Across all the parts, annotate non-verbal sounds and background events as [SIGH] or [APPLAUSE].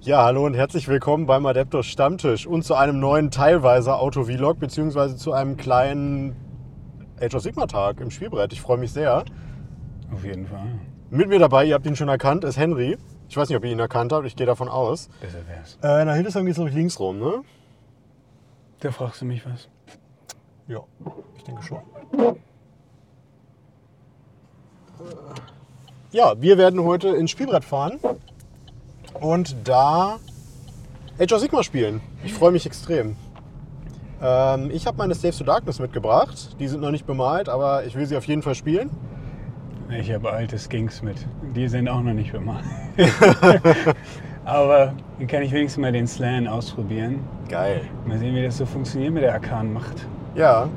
Ja, hallo und herzlich willkommen beim Adeptos Stammtisch und zu einem neuen teilweise Auto-Vlog beziehungsweise zu einem kleinen Age of Sigma Tag im Spielbrett. Ich freue mich sehr. Auf jeden Fall. Mit mir dabei, ihr habt ihn schon erkannt, ist Henry. Ich weiß nicht, ob ihr ihn erkannt habt, ich gehe davon aus. Besser wär's. Äh, nach Hildesheim geht es nämlich links rum, ne? Da fragst du mich was. Ja, ich denke schon. Ja, wir werden heute ins Spielbrett fahren und da Age of Sigma spielen. Ich freue mich extrem. Ähm, ich habe meine Staves to Darkness mitgebracht. Die sind noch nicht bemalt, aber ich will sie auf jeden Fall spielen. Ich habe alte Skinks mit. Die sind auch noch nicht [LAUGHS] bemalt. Aber dann kann ich wenigstens mal den Slan ausprobieren. Geil. Mal sehen, wie das so funktioniert mit der Arkan-Macht. Ja.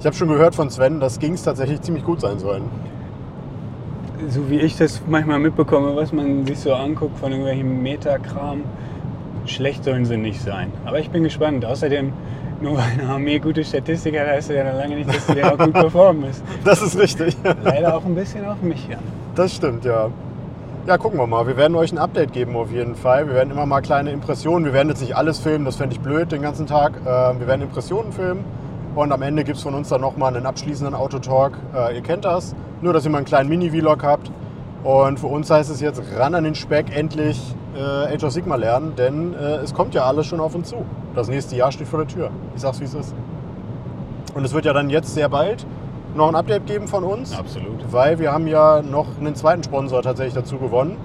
Ich habe schon gehört von Sven, dass Gings tatsächlich ziemlich gut sein sollen. So wie ich das manchmal mitbekomme, was man sich so anguckt von irgendwelchem Metakram, schlecht sollen sie nicht sein. Aber ich bin gespannt. Außerdem, nur weil eine Armee gute Statistik hat, heißt das ja noch lange nicht, dass sie dann [LAUGHS] auch gut performen ist. Das ist richtig. Leider auch ein bisschen auf mich an. Das stimmt, ja. Ja, gucken wir mal. Wir werden euch ein Update geben auf jeden Fall. Wir werden immer mal kleine Impressionen. Wir werden jetzt nicht alles filmen, das fände ich blöd den ganzen Tag. Ähm, wir werden Impressionen filmen und am Ende gibt es von uns dann nochmal einen abschließenden Autotalk. Äh, ihr kennt das. Nur, dass ihr mal einen kleinen Mini-Vlog habt. Und für uns heißt es jetzt ran an den Speck, endlich äh, Age of Sigma lernen, denn äh, es kommt ja alles schon auf uns zu. Das nächste Jahr steht vor der Tür. Ich sag's, wie es ist. Und es wird ja dann jetzt sehr bald noch ein Update geben von uns Absolut. weil wir haben ja noch einen zweiten Sponsor tatsächlich dazu gewonnen.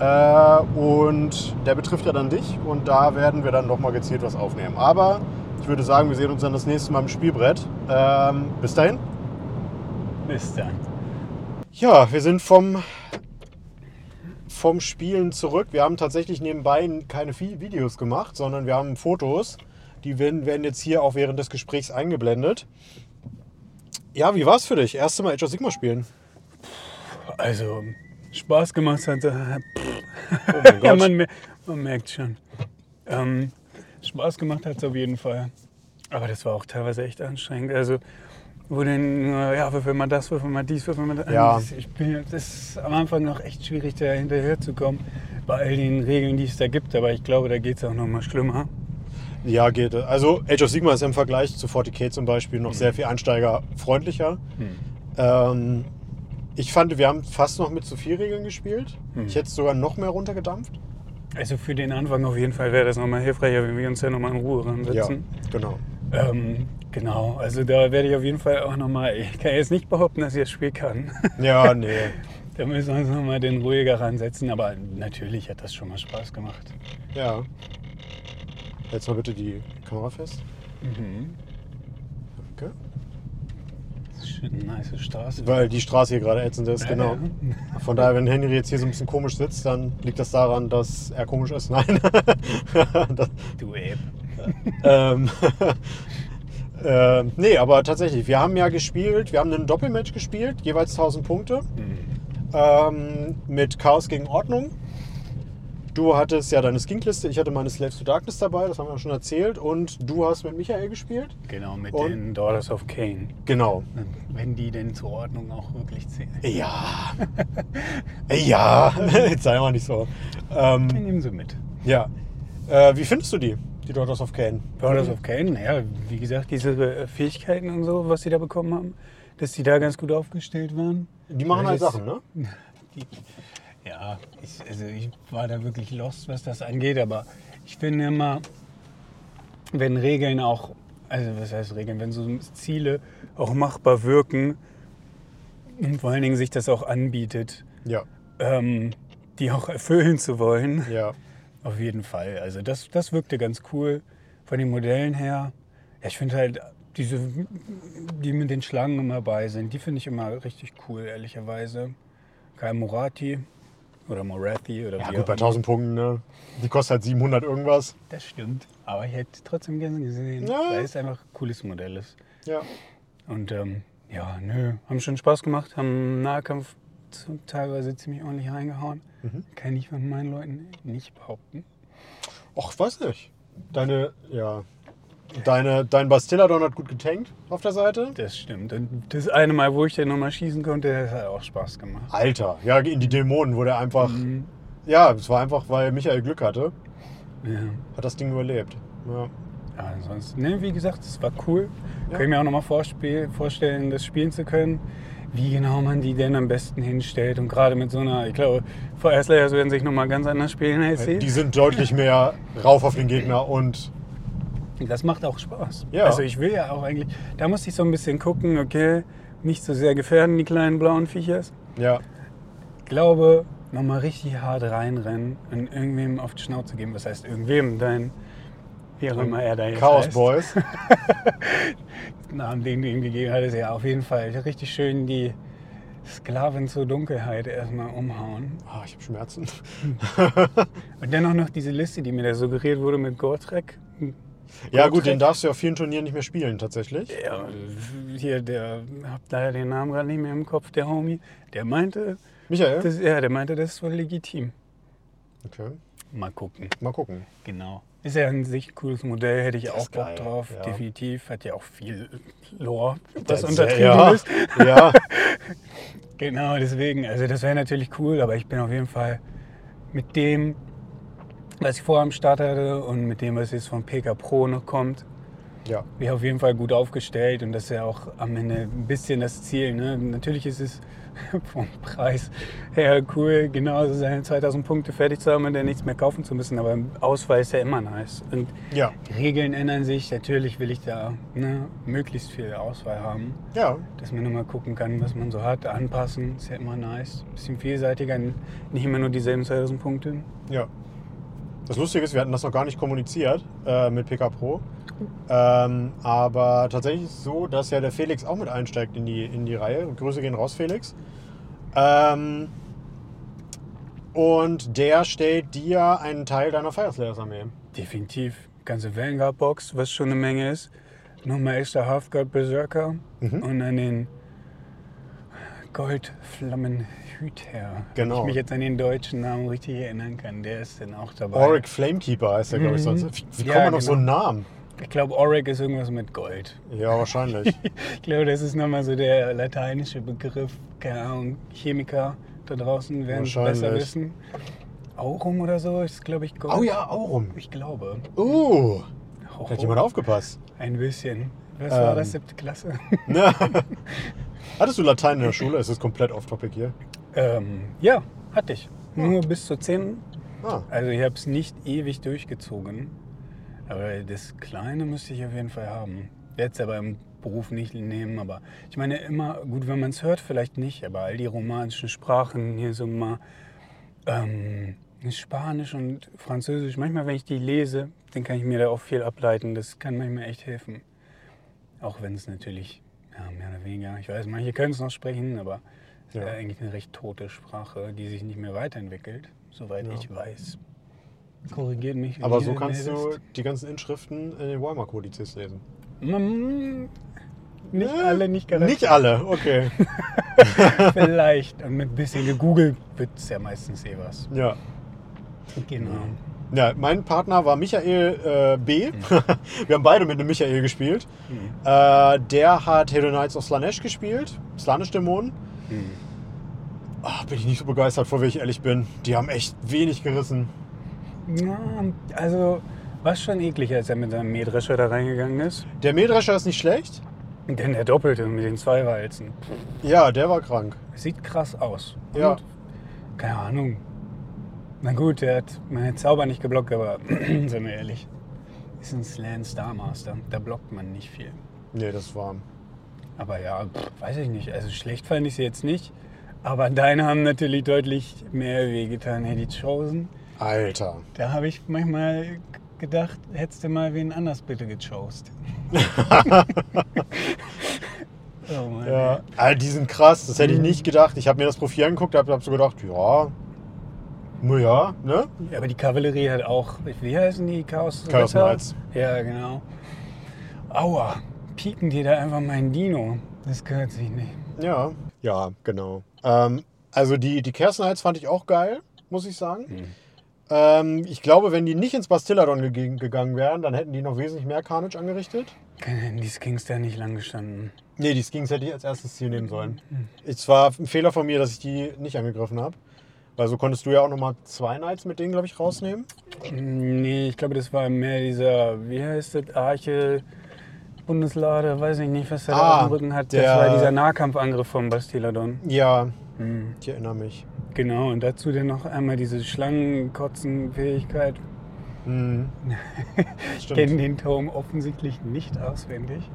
Äh, und der betrifft ja dann dich und da werden wir dann nochmal gezielt was aufnehmen. Aber ich würde sagen, wir sehen uns dann das nächste Mal im Spielbrett. Ähm, bis dahin. Bis dann. Ja, wir sind vom, vom Spielen zurück. Wir haben tatsächlich nebenbei keine Vi- Videos gemacht, sondern wir haben Fotos. Die werden, werden jetzt hier auch während des Gesprächs eingeblendet. Ja, wie war's für dich? Erste Mal Age of Sigma spielen. Also, Spaß gemacht hat. Äh, Oh [LAUGHS] mein Ja, man, mer- man merkt schon. Ähm, Spaß gemacht hat es auf jeden Fall. Aber das war auch teilweise echt anstrengend. Also, wo denn, äh, ja, würfel mal das, würfel mal dies, würfel mal das. Ja. Das, ich bin, das ist am Anfang noch echt schwierig, da hinterherzukommen. Bei all den Regeln, die es da gibt. Aber ich glaube, da geht es auch noch mal schlimmer. Ja, geht. Also Age of Sigma ist im Vergleich zu 40k zum Beispiel noch sehr viel ansteigerfreundlicher. Ähm, ich fand, wir haben fast noch mit zu viel Regeln gespielt. Ich hätte es sogar noch mehr runtergedampft. Also, für den Anfang auf jeden Fall wäre das noch mal hilfreicher, wenn wir uns da noch mal in Ruhe ransetzen. genau. Ähm, genau, also da werde ich auf jeden Fall auch nochmal, ich kann jetzt nicht behaupten, dass ich das Spiel kann. [LAUGHS] Ja, nee. da müssen wir uns nochmal den ruhiger ransetzen, aber natürlich hat das schon mal Spaß gemacht. ja. Jetzt mal bitte die Kamera fest. Mhm. Danke. Das ist eine nice Straße. Weil die Straße hier gerade ätzend ist, Ja, genau. Von daher, wenn Henry jetzt hier so ein bisschen komisch sitzt, dann liegt das daran, dass er komisch ist. [LAUGHS] Nein. das, Du Ape. ähm, [LAUGHS] ähm, nee, aber tatsächlich, wir haben ja gespielt, wir haben einen Doppelmatch gespielt, jeweils 1000 Punkte. mhm, Ähm, mit Chaos gegen Ordnung. Du hattest ja deine Skinkliste, ich hatte meine Slaves to Darkness dabei, das haben wir schon erzählt. Und du hast mit Michael gespielt. Genau, mit Und- den Daughters of Cain. Genau. Wenn die denn zur Ordnung auch wirklich zählen. [LAUGHS] Ja. ja, [LAUGHS] jetzt sei mal nicht so. Wir Ähm, nehmen sie mit. ja. Äh, wie findest du die, die Daughters of Cain? Daughters of Cain, naja, wie gesagt, diese äh, Fähigkeiten und so, was sie da bekommen haben, dass die da ganz gut aufgestellt waren. Die machen halt Welches- Sachen, ne? Ja, ich, also ich war da wirklich lost, was das angeht, aber ich finde immer, wenn Regeln auch, also was heißt Regeln, wenn so Ziele auch machbar wirken und vor allen Dingen sich das auch anbietet, Ja. ähm, die auch erfüllen zu wollen, Ja. auf jeden Fall. Also das, das wirkte ganz cool von den Modellen her. Ja, ich finde halt diese, die mit den Schlangen immer bei sind, die finde ich immer richtig cool, ehrlicherweise. Kai Morati oder Morathi oder Ja, wie gut, auch bei immer. 1000 Punkten, ne? Die kostet halt 700 irgendwas. Das stimmt. Aber ich hätte trotzdem gerne gesehen, Ja. weil es einfach ein cooles Modell ist. Ja. Und ähm, ja, nö, haben schon Spaß gemacht, haben Nahkampf zu- teilweise ziemlich ordentlich reingehauen. Mhm. Kann ich von meinen Leuten nicht behaupten. Och, weiß nicht. Deine, ja. Deine, dein Bastilladon hat gut getankt auf der Seite. Das stimmt. Und das eine Mal, wo ich dann nochmal schießen konnte, das hat auch Spaß gemacht. Alter, ja, in die Dämonen, wo der einfach Ja, es war einfach, weil Michael Glück hatte, Ja. hat das Ding überlebt. Ja. Ja, ansonsten, ne, wie gesagt, es war cool. Ja. Können mir auch nochmal vorstellen, das spielen zu können. Wie genau man die denn am besten hinstellt. Und gerade mit so einer, ich glaube, vr Slayers werden sich nochmal ganz anders spielen als Die sie. sind deutlich mehr rauf auf den Gegner und Das macht auch Spaß. Ja. Also ich will ja auch eigentlich, da musste ich so ein bisschen gucken, okay, nicht so sehr gefährden, die kleinen blauen Viechers. ja, glaube, nochmal richtig hart reinrennen und irgendwem auf die Schnauze geben. Was heißt irgendwem? Dein, wie auch immer er da jetzt Chaos heißt. Boys. Namen, den du ihm gegeben hattest, ja, auf jeden Fall. Richtig schön die Sklavin zur Dunkelheit erstmal umhauen. Ah, ich habe Schmerzen. Und dennoch noch diese Liste, die mir da suggeriert wurde mit Gortrek. Ja gut, den darfst du ja auf vielen Turnieren nicht mehr spielen tatsächlich. Ja, hier, der, hab leider den Namen gerade nicht mehr im Kopf, der Homie. Der meinte, Michael? das, ja, der meinte, das ist wohl legitim. Okay, Mal gucken. mal gucken. Genau. Ist ja an sich ein cooles Modell, hätte ich auch ist Bock geil, drauf, ja. definitiv. Hat ja auch viel Lore, Das das untertrieben ja, ist. Ja, Genau, deswegen, also das wäre natürlich cool, aber ich bin auf jeden Fall mit dem, was ich vorher am Start hatte und mit dem, was jetzt von PK Pro noch kommt, ja. bin ich auf jeden Fall gut aufgestellt und das ist ja auch am Ende ein bisschen das Ziel. Ne? Natürlich ist es [LAUGHS] vom Preis her cool, genauso seine 2000 Punkte fertig zu haben und dann nichts mehr kaufen zu müssen, aber ein Auswahl ist ja immer nice. Und Ja, die Regeln ändern sich, natürlich will ich da ne, möglichst viel Auswahl haben ja, dass man immer gucken kann, was man so hat, anpassen, ist ja immer nice. Bisschen vielseitiger, nicht immer nur dieselben 2000 Punkte. ja. Das Lustige ist, wir hatten das noch gar nicht kommuniziert äh, mit PK Pro. Ähm, aber tatsächlich ist es so, dass ja der Felix auch mit einsteigt in die, in die Reihe. Grüße gehen raus, Felix. Ähm, und der stellt dir einen Teil deiner Fireslayers-Armee. Definitiv. Ganze Vanguard-Box, was schon eine Menge ist. Nochmal extra Halfguard Berserker Mhm. und dann den Goldflammenhüter. Wenn Genau. ich mich jetzt an den deutschen Namen richtig erinnern kann, der ist dann auch dabei. Auric Flamekeeper heißt der, glaube ich, Mhm. sonst. Wie, wie Ja, kommt man auf genau. so einen Namen? Ich glaube, Auric ist irgendwas mit Gold. Ja, wahrscheinlich. Ich glaube, das ist nochmal so der lateinische Begriff. Keine Ahnung, Chemiker da draußen werden es besser Wahrscheinlich. wissen. Aurum oder so ist, glaube ich, Gold. oh ja, Aurum. Ich glaube. Uh, da hat Aurum. jemand aufgepasst. [LAUGHS] Ein bisschen. Was Ähm. war das, siebte Klasse? [LAUGHS] Ne? Hattest du Latein in der Schule? Es ist komplett off-topic hier. ähm, ja, hatte ich. Nur bis zur 10. Ah, Also ich habe es nicht ewig durchgezogen. Aber das Kleine müsste ich auf jeden Fall haben. Jetzt aber im Beruf nicht nehmen, aber ich meine immer, gut, wenn man es hört, vielleicht nicht, aber all die romanischen Sprachen, hier so mal ähm, Spanisch und Französisch, manchmal, wenn ich die lese, dann kann ich mir da auch viel ableiten. Das kann manchmal echt helfen. Auch wenn es natürlich, ja, mehr oder weniger, ich weiß, manche können es noch sprechen, aber es Ja. ist ja eigentlich eine recht tote Sprache, die sich nicht mehr weiterentwickelt, soweit Ja. ich weiß. Korrigiert mich. wenn aber ihr so den kannst du lest. die ganzen Inschriften in den Weimar Kodizes lesen. Mm, Nicht Ne? alle, nicht [LAUGHS] garantiert. Nicht alle, okay. Vielleicht. Und mit ein bisschen gegoogelt wird es ja meistens eh was. Ja. Genau. ja, mein Partner war Michael äh, B. [LAUGHS] Wir haben beide mit einem Michael gespielt. Mhm. Äh, der hat Hero Knights of Slanesh gespielt, Slanesh Dämonen. Mhm. Ah, bin ich nicht so begeistert, vor wie ich ehrlich bin. Die haben echt wenig gerissen. Ja, also war schon eklig, als er mit seinem Mähdrescher da reingegangen ist. Der Mähdrescher ist nicht schlecht. Denn der doppelte mit den zwei Walzen. Ja, der war krank. Sieht krass aus. Ja. Und, keine Ahnung. Na gut, der hat meine Zauber nicht geblockt, aber [CLEARS THROAT] sind wir ehrlich. Ist ein Slan Starmaster. Da blockt man nicht viel. Nee, das war. Aber ja, pff, weiß ich nicht. Also schlecht fand ich sie jetzt nicht. Aber deine haben natürlich deutlich mehr wehgetan, hätte ich chosen. Alter. Da habe ich manchmal gedacht, hättest du mal wen anders [LAUGHS] bitte gechost. oh Mann. Ja. Alter, die sind krass, das hätte ich nicht gedacht. Ich habe mir das Profil angeguckt, habe hab so gedacht, ja. na Ja, ne? Ja, Aber die Kavallerie hat auch, wie heißen die? Chaos Chaos Ritter? Knights. Ja, genau. Aua, pieken die da einfach mein Dino. Das gehört sich nicht. Ja. Ja, genau. Ähm, also die, die Kerstenheiz fand ich auch geil, muss ich sagen. Ähm, ich glaube, wenn die nicht ins Bastilladon gege- gegangen wären, dann hätten die noch wesentlich mehr Carnage angerichtet. Können die Skings da nicht lang gestanden. Nee, die Skings hätte ich als erstes Ziel nehmen sollen. Es war ein Fehler von mir, dass ich die nicht angegriffen habe. Weil so konntest du ja auch nochmal zwei Nights mit denen, glaube ich, rausnehmen. Nee, ich glaube, das war mehr dieser, wie heißt das, Arche, Bundeslade, weiß ich nicht, was er da Ah, auf dem Rücken hat. der- Das war dieser Nahkampfangriff von Bastiladon. Ja, ich erinnere mich. Genau, und dazu dann noch einmal diese Schlangenkotzenfähigkeit. Mhm. stimmt. [LAUGHS] Kennen den Turm offensichtlich nicht auswendig.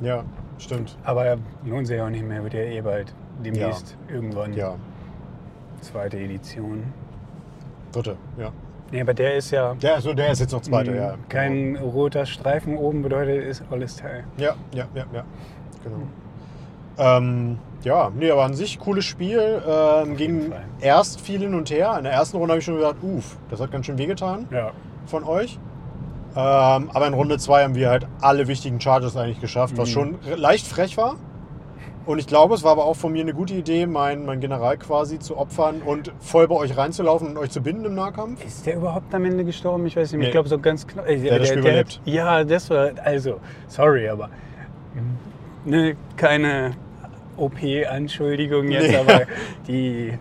Ja, stimmt. Aber lohnt sich ja auch nicht mehr, wird ja eh bald demnächst irgendwann Ja, zweite Edition. dritte, ja. Nee, aber der ist ja Der, so, der ist jetzt noch zweite, mh, ja. Mhm. genau. kein roter Streifen oben, bedeutet ist alles Teil. Ja, ja, ja, ja. Genau. Ähm, ja, nee, aber an sich cooles Spiel. Ähm, ging Fall. erst viel hin und her. In der ersten Runde habe ich schon gesagt, uff, das hat ganz schön wehgetan Ja. von euch. Ähm, aber in Runde 2 haben wir halt alle wichtigen Charges eigentlich geschafft, was Mhm. schon r- leicht frech war. Und ich glaube, es war aber auch von mir eine gute Idee, meinen mein General quasi zu opfern und voll bei euch reinzulaufen und euch zu binden im Nahkampf. Ist der überhaupt am Ende gestorben? Ich weiß nicht, Nee. ich glaube so ganz knapp. Ey, Der hat das Spiel überlebt. ja, das war, also, sorry, aber ne, keine OP-Anschuldigung jetzt, Nee. [LAUGHS] aber die,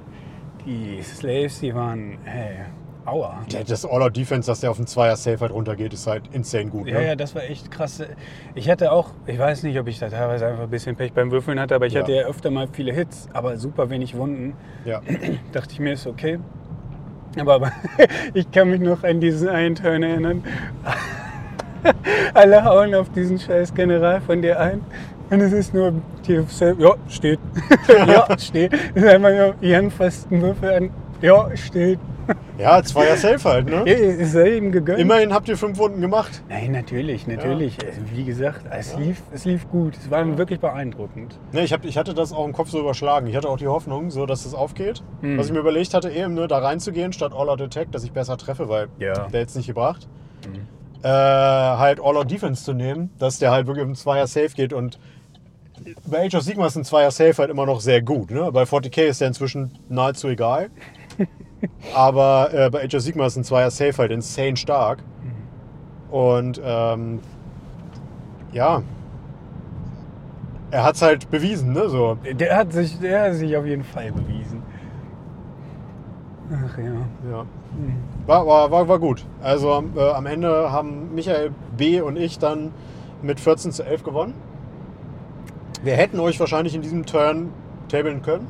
die Slaves, die waren, hey, aua. Der- Das All-Out-Defense, dass der auf den Zweier-Safe halt runtergeht, ist halt insane gut. Ja, ne? ja, das war echt krass. Ich hatte auch, ich weiß nicht, ob ich da teilweise einfach ein bisschen Pech beim Würfeln hatte, aber ich Ja. hatte ja öfter mal viele Hits, aber super wenig Wunden. ja. [CLEARS THROAT] Dachte ich mir, ist okay. Aber, aber [LAUGHS] ich kann mich noch an diesen einen Turn erinnern. [LAUGHS] Alle hauen auf diesen scheiß General von dir ein. Und es ist nur, die, ja, steht. [LAUGHS] ja, steht. Es ist einfach nur, Jan fasst einen Würfel an. Ja, steht. Ja, Zweier-Safe halt, ne? Ja, Es sei ihm gegönnt. Immerhin habt ihr fünf Runden gemacht. Nein, natürlich, natürlich. Also, Wie gesagt, es, lief, es lief gut. Es war wirklich beeindruckend. Ne, ich, hab, ich hatte das auch im Kopf so überschlagen. Ich hatte auch die Hoffnung, so dass es aufgeht. Hm. Was ich mir überlegt hatte, eben ne, da reinzugehen, statt All-Out Attack, dass ich besser treffe, weil Ja. Hm. der jetzt nicht gebracht. Äh, halt All-Out Defense zu nehmen, dass der halt wirklich im Zweier Safe geht. Und bei Age of Sigma ist ein Zweier Safe halt immer noch sehr gut. Ne? Bei 40k ist der inzwischen nahezu [LAUGHS] egal. Aber äh, bei Age of Sigma ist ein Zweier Safe halt insane stark. Hm. Und ähm, ja, er hat es halt bewiesen, ne? So. Der hat, sich, der hat sich auf jeden Fall bewiesen. Ach ja. Ja. War, war, war, war gut. Also äh, am Ende haben Michael B. und ich dann mit 14 zu 11 gewonnen. Wir hätten euch wahrscheinlich in diesem Turn tabeln können.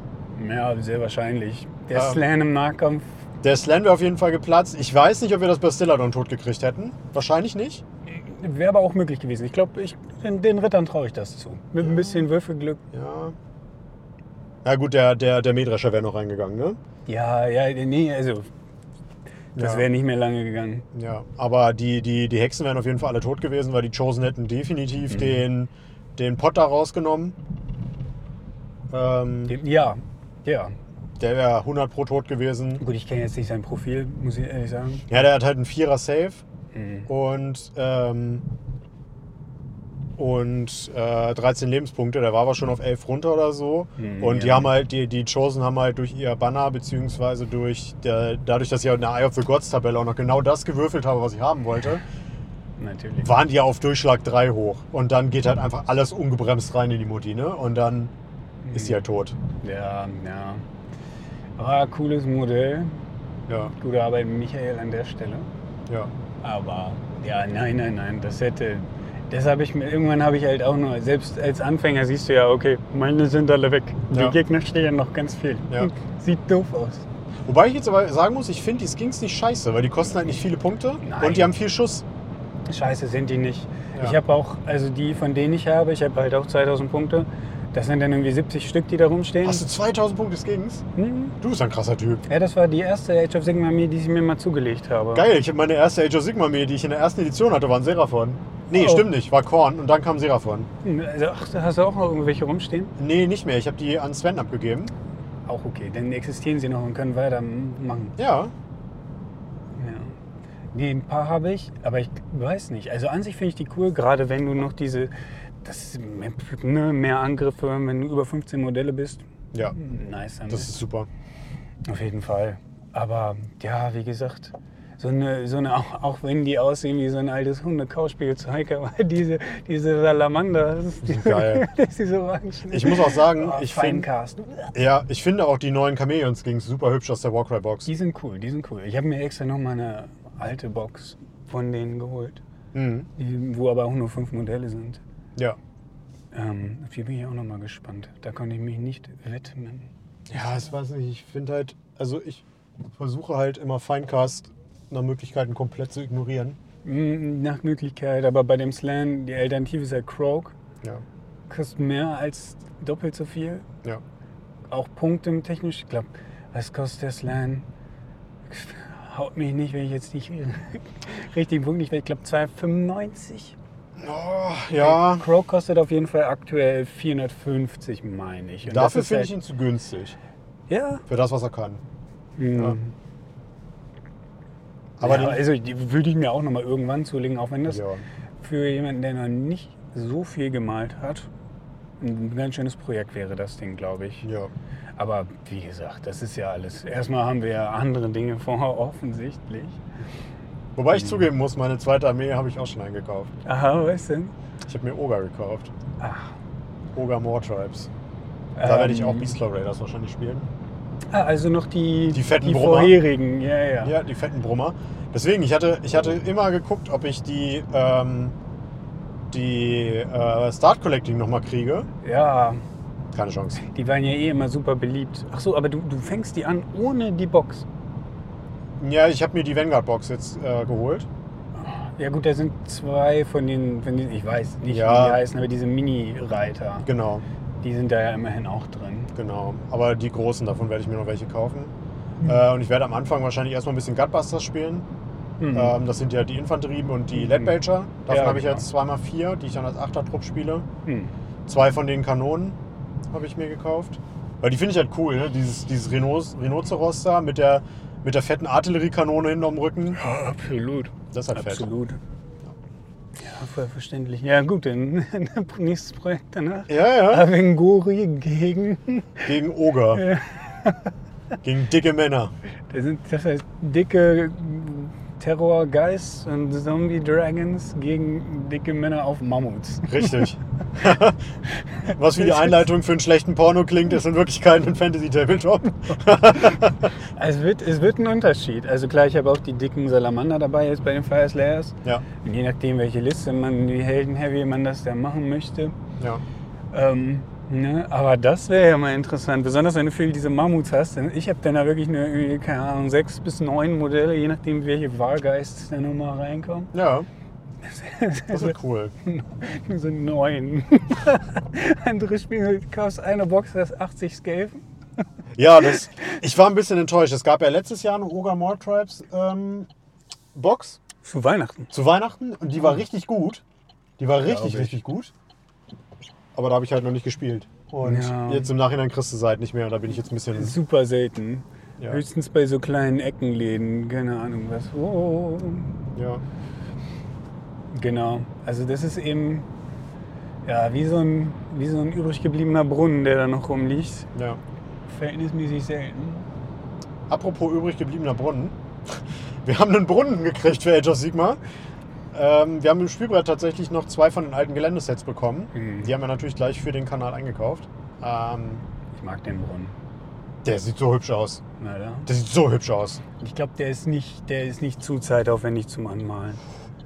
Ja, sehr wahrscheinlich. Der Ähm. Slan im Nahkampf, Der Slan wäre auf jeden Fall geplatzt. Ich weiß nicht, ob wir das Bastilladon tot gekriegt hätten. Wahrscheinlich nicht. wäre aber auch möglich gewesen. Ich glaube, ich, den, den Rittern traue ich das zu. Mit ein bisschen Würfelglück. Ja. Ja gut, der, der, der Mähdrescher wäre noch reingegangen, ne? Ja, ja, nee, also, das Ja. wäre nicht mehr lange gegangen. Ja, aber die, die, die Hexen wären auf jeden Fall alle tot gewesen, weil die Chosen hätten definitiv den, den Pot da rausgenommen. Ähm, Ja, ja. der wäre 100 pro tot gewesen. Gut, ich kenne jetzt nicht sein Profil, muss ich ehrlich sagen. Ja, der hat halt einen Vierer Save Mhm. und, ähm, und äh, 13 Lebenspunkte. Der war aber schon auf 11 runter oder so. Mhm, und die ja. haben halt, die, die Chosen haben halt durch ihr Banner, beziehungsweise durch der, dadurch, dass ich in der Eye of the Gods Tabelle auch noch genau das gewürfelt habe, was ich haben wollte, Natürlich. waren die ja auf Durchschlag 3 hoch. Und dann geht halt einfach alles ungebremst rein in die Mutti, ne? Und dann Mhm. ist die halt tot. Ja, ja. Aber cooles Modell. Ja, Gute Arbeit, Michael, an der Stelle. ja. Aber ja, nein, nein, nein, das hätte. Das habe ich mir, irgendwann habe ich halt auch nur, selbst als Anfänger siehst du ja, okay, meine sind alle weg. Ja. Die Gegner stehen noch ganz viel. Ja. Hm, Sieht doof aus. Wobei ich jetzt aber sagen muss, ich finde die Skins nicht scheiße, weil die kosten halt nicht viele Punkte Nein. und die haben viel Schuss. Scheiße sind die nicht. Ja. Ich habe auch, also die, von denen ich habe, ich habe halt auch 2000 Punkte. Das sind dann irgendwie 70 Stück, die da rumstehen. Hast du 2000 Punkte des Gegens? Hm. Du bist ein krasser Typ. Ja, das war die erste Age of Sigma Armee, die ich mir mal zugelegt habe. Geil, ich habe meine erste Age of Sigma Armee, die ich in der ersten Edition hatte, war ein Seraphon. Nee, Oh. stimmt nicht, war Korn und dann kam Seraphon. Hm, Also, ach, da hast du auch noch irgendwelche rumstehen? Nee, nicht mehr, ich habe die an Sven abgegeben. Auch okay, dann existieren sie noch und können weitermachen. Ja, Ja. Nee, ein paar habe ich, aber ich weiß nicht. Also an sich finde ich die cool, gerade wenn du noch diese, das ist mehr, ne, mehr Angriffe, wenn du über 15 Modelle bist. ja, Nice, dann das ist super. auf jeden Fall. Aber ja, wie gesagt, so eine, so eine auch, auch wenn die aussehen wie so ein altes Hunde-Kauspielzeug, [LAUGHS] aber diese, diese Salamander, das ist, die, Geil. [LAUGHS] das ist diese Orange. Ich muss auch sagen, [LAUGHS] oh, ich finde Finecast. ja, ich finde auch die neuen Chameleons gingen super hübsch aus der Warcry-Box. Die sind cool, die sind cool. Ich habe mir extra noch mal eine alte Box von denen geholt, Mhm. die, Äh, wo aber auch nur fünf Modelle sind. Ja. Ähm, auf die bin ich auch noch mal gespannt. Da konnte ich mich nicht widmen. Ja, ich weiß nicht. Ich finde halt, also ich versuche halt immer Finecast nach Möglichkeiten komplett zu ignorieren. Mm, Nach Möglichkeit, aber bei dem Slan, die Alternative ist halt Croak. Ja. Kostet mehr als doppelt so viel. Ja. Auch Punkte technisch. Ich glaube, was kostet der Slan? [LAUGHS] Haut mich nicht, wenn ich jetzt nicht [LAUGHS] richtigen Punkt nicht weiß. Ich glaube, 2,95. Oh, ja. Crow kostet auf jeden Fall aktuell 450, meine ich. Und das Dafür ist finde halt- ich ihn zu günstig. Ja. Hm. Für das, was er kann. ja. Aber ja, den, also die würde ich mir auch nochmal irgendwann zulegen, auch wenn das ja. für jemanden, der noch nicht so viel gemalt hat, ein ganz schönes Projekt wäre das Ding, glaube ich. ja. Aber wie gesagt, das ist ja alles. Erstmal haben wir ja andere Dinge vor, [LAUGHS] offensichtlich. Wobei Hm. ich zugeben muss, meine zweite Armee habe ich auch schon eingekauft. Aha, was denn? Ich habe mir Oga gekauft. Ach, Oga More Tribes. Da werde ich ähm, auch Beastlaw Raiders wahrscheinlich spielen. Ah, also noch die, Die fetten die Brummer. vorherigen, ja, ja. Ja, die fetten Brummer. Deswegen, ich hatte, ich hatte immer geguckt, ob ich die, ähm, die äh, Start Collecting nochmal kriege. ja. Keine Chance. Die waren ja eh immer super beliebt. Ach so, aber du, du fängst die an ohne die Box. Ja, ich habe mir die Vanguard-Box jetzt äh, geholt. Ja gut, da sind zwei von den, von den ich weiß nicht, Ja. wie die heißen, aber diese Mini-Reiter, Genau, die sind da ja immerhin auch drin. genau. Aber die großen, davon werde ich mir noch welche kaufen. Hm. Äh, und ich werde am Anfang wahrscheinlich erstmal ein bisschen Gutbusters spielen. Mhm. Ähm, das sind ja die Infanterien und die Mhm. Leadbelcher. Davon Ja, habe ich genau. jetzt zweimal vier, die ich dann als Achtertrupp spiele. Mhm. Zwei von den Kanonen habe ich mir gekauft. Weil die finde ich halt cool, ne? dieses, dieses Rhinos, Rhinoceros da mit der, mit der fetten Artilleriekanone hinterm Rücken. Ja, Ah, absolut. Das ist halt fett. Absolut. Ja, voll verständlich. Ja gut, dann [LAUGHS] nächstes Projekt danach. Äh. Ja, ja. Avengori gegen, Gegen Oger. Ja. Gegen dicke Männer. das sind das heißt dicke Terrorgeist und Zombie-Dragons gegen dicke Männer auf Mammuts. Richtig. [LAUGHS] Was wie die Einleitung für einen schlechten Porno klingt, ist in Wirklichkeit ein Fantasy-Tabletop. Es wird, es wird ein Unterschied. Also klar, ich habe auch die dicken Salamander dabei jetzt bei den Fire Slayers. Ja, Und je nachdem, welche Liste man, wie Helden-Heavy man das da machen möchte. ja. Ähm, ne? Aber das wäre ja mal interessant, besonders wenn du viel diese Mammuts hast. Denn Ich habe dann da wirklich nur, irgendwie, keine Ahnung, sechs bis neun Modelle, je nachdem, welche Wahlgeist da nochmal reinkommen. Ja, das wird cool. Nur [LAUGHS] so neun. [LAUGHS] Andere Spiele, du kaufst eine Box, hast 80 Skelfen. Ja, das, ich war ein bisschen enttäuscht. Es gab ja letztes Jahr eine Oga More Tribes ähm, Box Zu Weihnachten. zu Weihnachten und die war richtig gut. Die war richtig, ich. richtig gut. Aber da habe ich halt noch nicht gespielt. Und Ja. jetzt im Nachhinein kriegst du sie halt nicht mehr. Und da bin ich jetzt ein bisschen. Super selten. Ja, Höchstens bei so kleinen Eckenläden, keine Ahnung was. Oh. ja. Genau. Also das ist eben ja, wie, so ein, wie so ein übrig gebliebener Brunnen, der da noch rumliegt. ja. Verhältnismäßig selten. Apropos übrig gebliebener Brunnen. Wir haben einen Brunnen gekriegt für Age of Sigma. Ähm, wir haben im Spielbrett tatsächlich noch zwei von den alten Geländesets bekommen. Mhm. Die haben wir natürlich gleich für den Kanal eingekauft. Ähm, Ich mag den Brunnen. der sieht so hübsch aus. Leider. Der sieht so hübsch aus. Ich glaube, der ist nicht, der ist nicht zu zeitaufwendig zum Anmalen.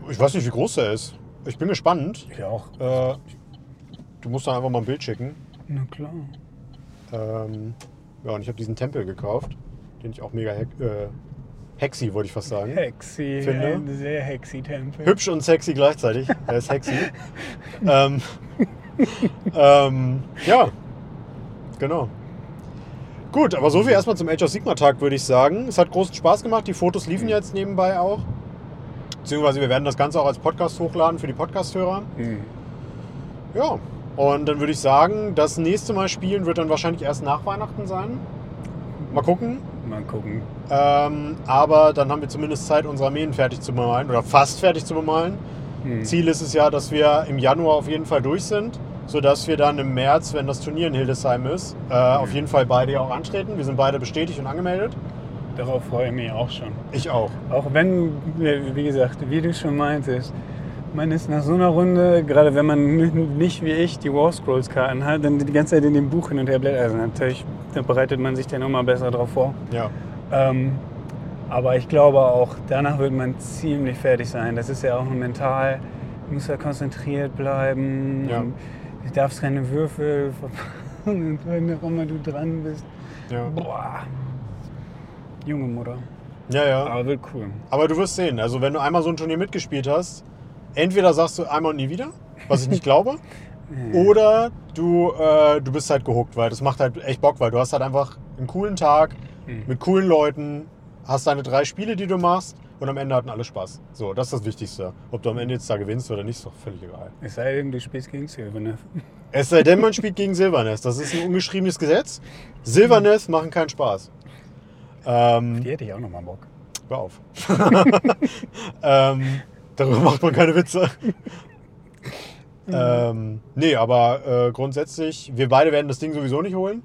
Ich weiß nicht, wie groß der ist. Ich bin gespannt. Ich auch. Äh, du musst dann einfach mal ein Bild schicken. Na klar. Ähm, ja, und ich habe diesen Tempel gekauft, den ich auch mega hex äh, hexy, wollte ich fast sagen. Hexy. Finde? Ein äh, sehr hexy Tempel. Hübsch und sexy gleichzeitig. Er ist sexy. ähm, ähm, ja, genau. Gut, aber so viel erstmal zum Age of Sigma Tag, würde ich sagen. Es hat großen Spaß gemacht. Die Fotos liefen jetzt nebenbei auch. Beziehungsweise wir werden das Ganze auch als Podcast hochladen für die Podcast-Hörer. Mhm. Ja, und dann würde ich sagen, das nächste Mal spielen wird dann wahrscheinlich erst nach Weihnachten sein. Mal gucken. Mal gucken. Ähm, aber dann haben wir zumindest Zeit, unsere Armeen fertig zu bemalen oder fast fertig zu bemalen. Mhm. Ziel ist es ja, dass wir im Januar auf jeden Fall durch sind, sodass wir dann im März, wenn das Turnier in Hildesheim ist, äh, auf jeden Fall beide ja auch antreten. Wir sind beide bestätigt und angemeldet. Darauf freue ich mich auch schon. Ich auch. Auch wenn, äh, wie gesagt, wie du schon meintest, man ist nach so einer Runde, gerade wenn man nicht wie ich die War Scrolls Karten hat, dann die ganze Zeit in dem Buch hin und her blättert. Also natürlich da bereitet man sich dann nochmal besser drauf vor. Ja. Ähm, aber ich glaube auch, danach wird man ziemlich fertig sein. Das ist ja auch mental, du musst ja konzentriert bleiben. Ja. und Du darfst keine Würfel verpassen, [LAUGHS] wenn auch immer du dran bist. Ja. Boah. Junge Mutter. Ja, ja. Aber wird cool. Aber du wirst sehen. Also, wenn du einmal so ein Turnier mitgespielt hast, entweder sagst du einmal und nie wieder, was ich nicht glaube, oder du, äh, du bist halt gehuckt, weil das macht halt echt Bock, weil du hast halt einfach einen coolen Tag mit coolen Leuten, hast deine drei Spiele, die du machst und am Ende hatten alle Spaß. So, das ist das Wichtigste. Ob du am Ende jetzt da gewinnst oder nicht, ist doch völlig egal. Es sei denn, du spielst gegen Silver, ne? Es sei denn, man spielt gegen Silvernest. Das ist ein ungeschriebenes Gesetz. Silvernest machen keinen Spaß. Ähm, Die hätte ich auch nochmal Bock. hör auf. [LAUGHS] ähm, darüber macht man keine Witze. ähm, nee, aber äh, grundsätzlich, wir beide werden das Ding sowieso nicht [LAUGHS] holen.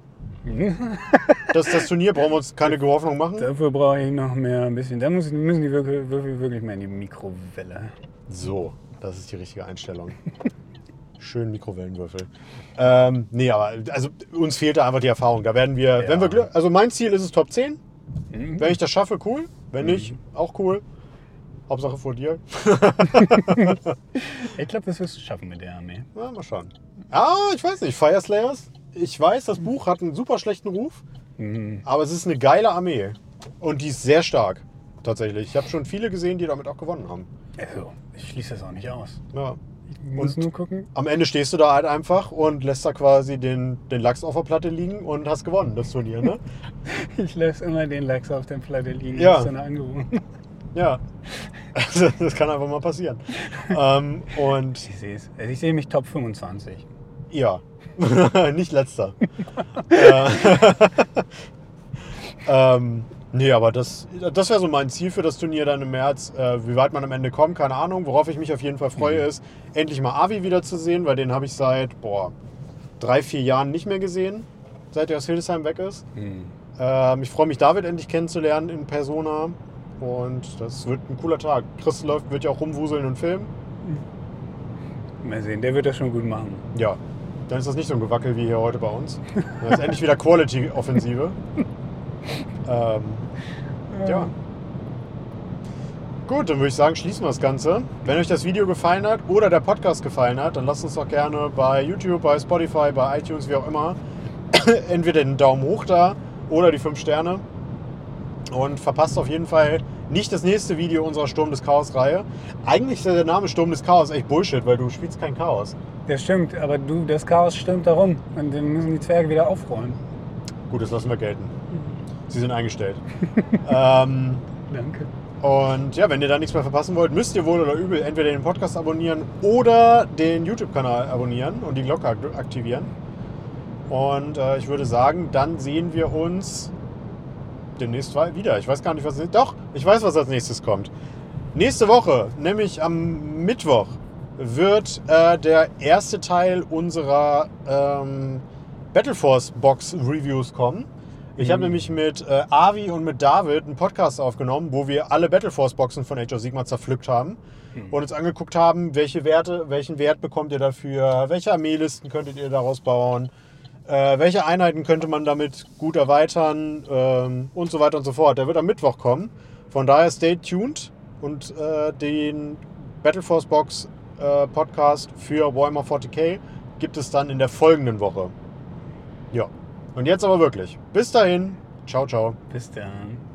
Das, das Turnier brauchen wir uns keine Hoffnung machen. Dafür brauche ich noch mehr ein bisschen. Da muss, müssen die Würfel, Würfel wirklich mehr in die Mikrowelle. So, das ist die richtige Einstellung. Schön Mikrowellenwürfel. Ähm, nee, aber also uns fehlt da einfach die Erfahrung. Da werden wir, Ja. wenn wir Glück, also mein Ziel ist es Top 10. Mhm. Wenn ich das schaffe, cool. Wenn nicht, auch cool. Hauptsache vor dir. Ich glaube, das wirst du schaffen mit der Armee. Na, mal schauen. Ah, ich weiß nicht. Fire Slayers. Ich weiß, das Buch hat einen super schlechten Ruf, Mhm. aber es ist eine geile Armee. Und die ist sehr stark, tatsächlich. Ich habe schon viele gesehen, die damit auch gewonnen haben. Also, ich schließe das auch nicht aus. Ja. Ich muss Und- nur gucken. Am Ende stehst du da halt einfach und lässt da quasi den, den Lachs auf der Platte liegen und hast gewonnen, das Turnier, ne? Ich lasse immer den Lachs auf der Platte liegen. Ja. Das ist eine Angewohnheit. Ja. [LAUGHS] Also, das kann einfach mal passieren. ähm, und Ich sehe es. Also ich sehe mich Top 25. Ja. [LAUGHS] Nicht letzter. Äh, [LAUGHS] ähm, nee, aber das, das wäre so mein Ziel für das Turnier dann im März. Äh, wie weit man am Ende kommt, keine Ahnung. Worauf ich mich auf jeden Fall freue, ist, endlich mal Avi wiederzusehen, weil den habe ich seit, boah, drei, vier Jahren nicht mehr gesehen, seit er aus Hildesheim weg ist. Ähm, ich freue mich, David endlich kennenzulernen in Persona. Und das wird ein cooler Tag. Chris läuft, wird ja auch rumwuseln und filmen. Mal sehen, der wird das schon gut machen. Ja, dann ist das nicht so ein Gewackel wie hier heute bei uns. Das ist endlich wieder Quality-Offensive. ähm, ja. Gut, dann würde ich sagen, schließen wir das Ganze. Wenn euch das Video gefallen hat oder der Podcast gefallen hat, dann lasst uns doch gerne bei YouTube, bei Spotify, bei iTunes, wie auch immer, [COUGHS] entweder den Daumen hoch da oder die 5 Sterne. Und verpasst auf jeden Fall nicht das nächste Video unserer Sturm des Chaos-Reihe. Eigentlich ist der Name Sturm des Chaos echt Bullshit, weil du spielst kein Chaos. Das stimmt, aber du, das Chaos stürmt darum. Und dann müssen die Zwerge wieder aufräumen. Gut, das lassen wir gelten. Sie sind eingestellt. [LAUGHS] ähm, Danke. und ja, wenn ihr da nichts mehr verpassen wollt, müsst ihr wohl oder übel entweder den Podcast abonnieren oder den YouTube-Kanal abonnieren und die Glocke ak- aktivieren. Und äh, ich würde sagen, dann sehen wir uns demnächst wa- wieder. Ich weiß gar nicht, was. Doch, ich weiß, was als nächstes kommt. Nächste Woche, nämlich am Mittwoch, wird äh, der erste Teil unserer ähm, Battleforce Box Reviews kommen. Ich habe nämlich mit äh, Avi und mit David einen Podcast aufgenommen, wo wir alle Battleforce Boxen von Age of Sigma zerpflückt haben und uns angeguckt haben, welche Werte, welchen Wert bekommt ihr dafür, welche Armeelisten könntet ihr daraus bauen, äh, welche Einheiten könnte man damit gut erweitern ähm, und so weiter und so fort. Der wird am Mittwoch kommen. Von daher stay tuned und äh, den Battleforce Box äh, Podcast für Warhammer 40k gibt es dann in der folgenden Woche. Ja. Und jetzt aber wirklich. Bis dahin. Ciao, ciao. Bis dann.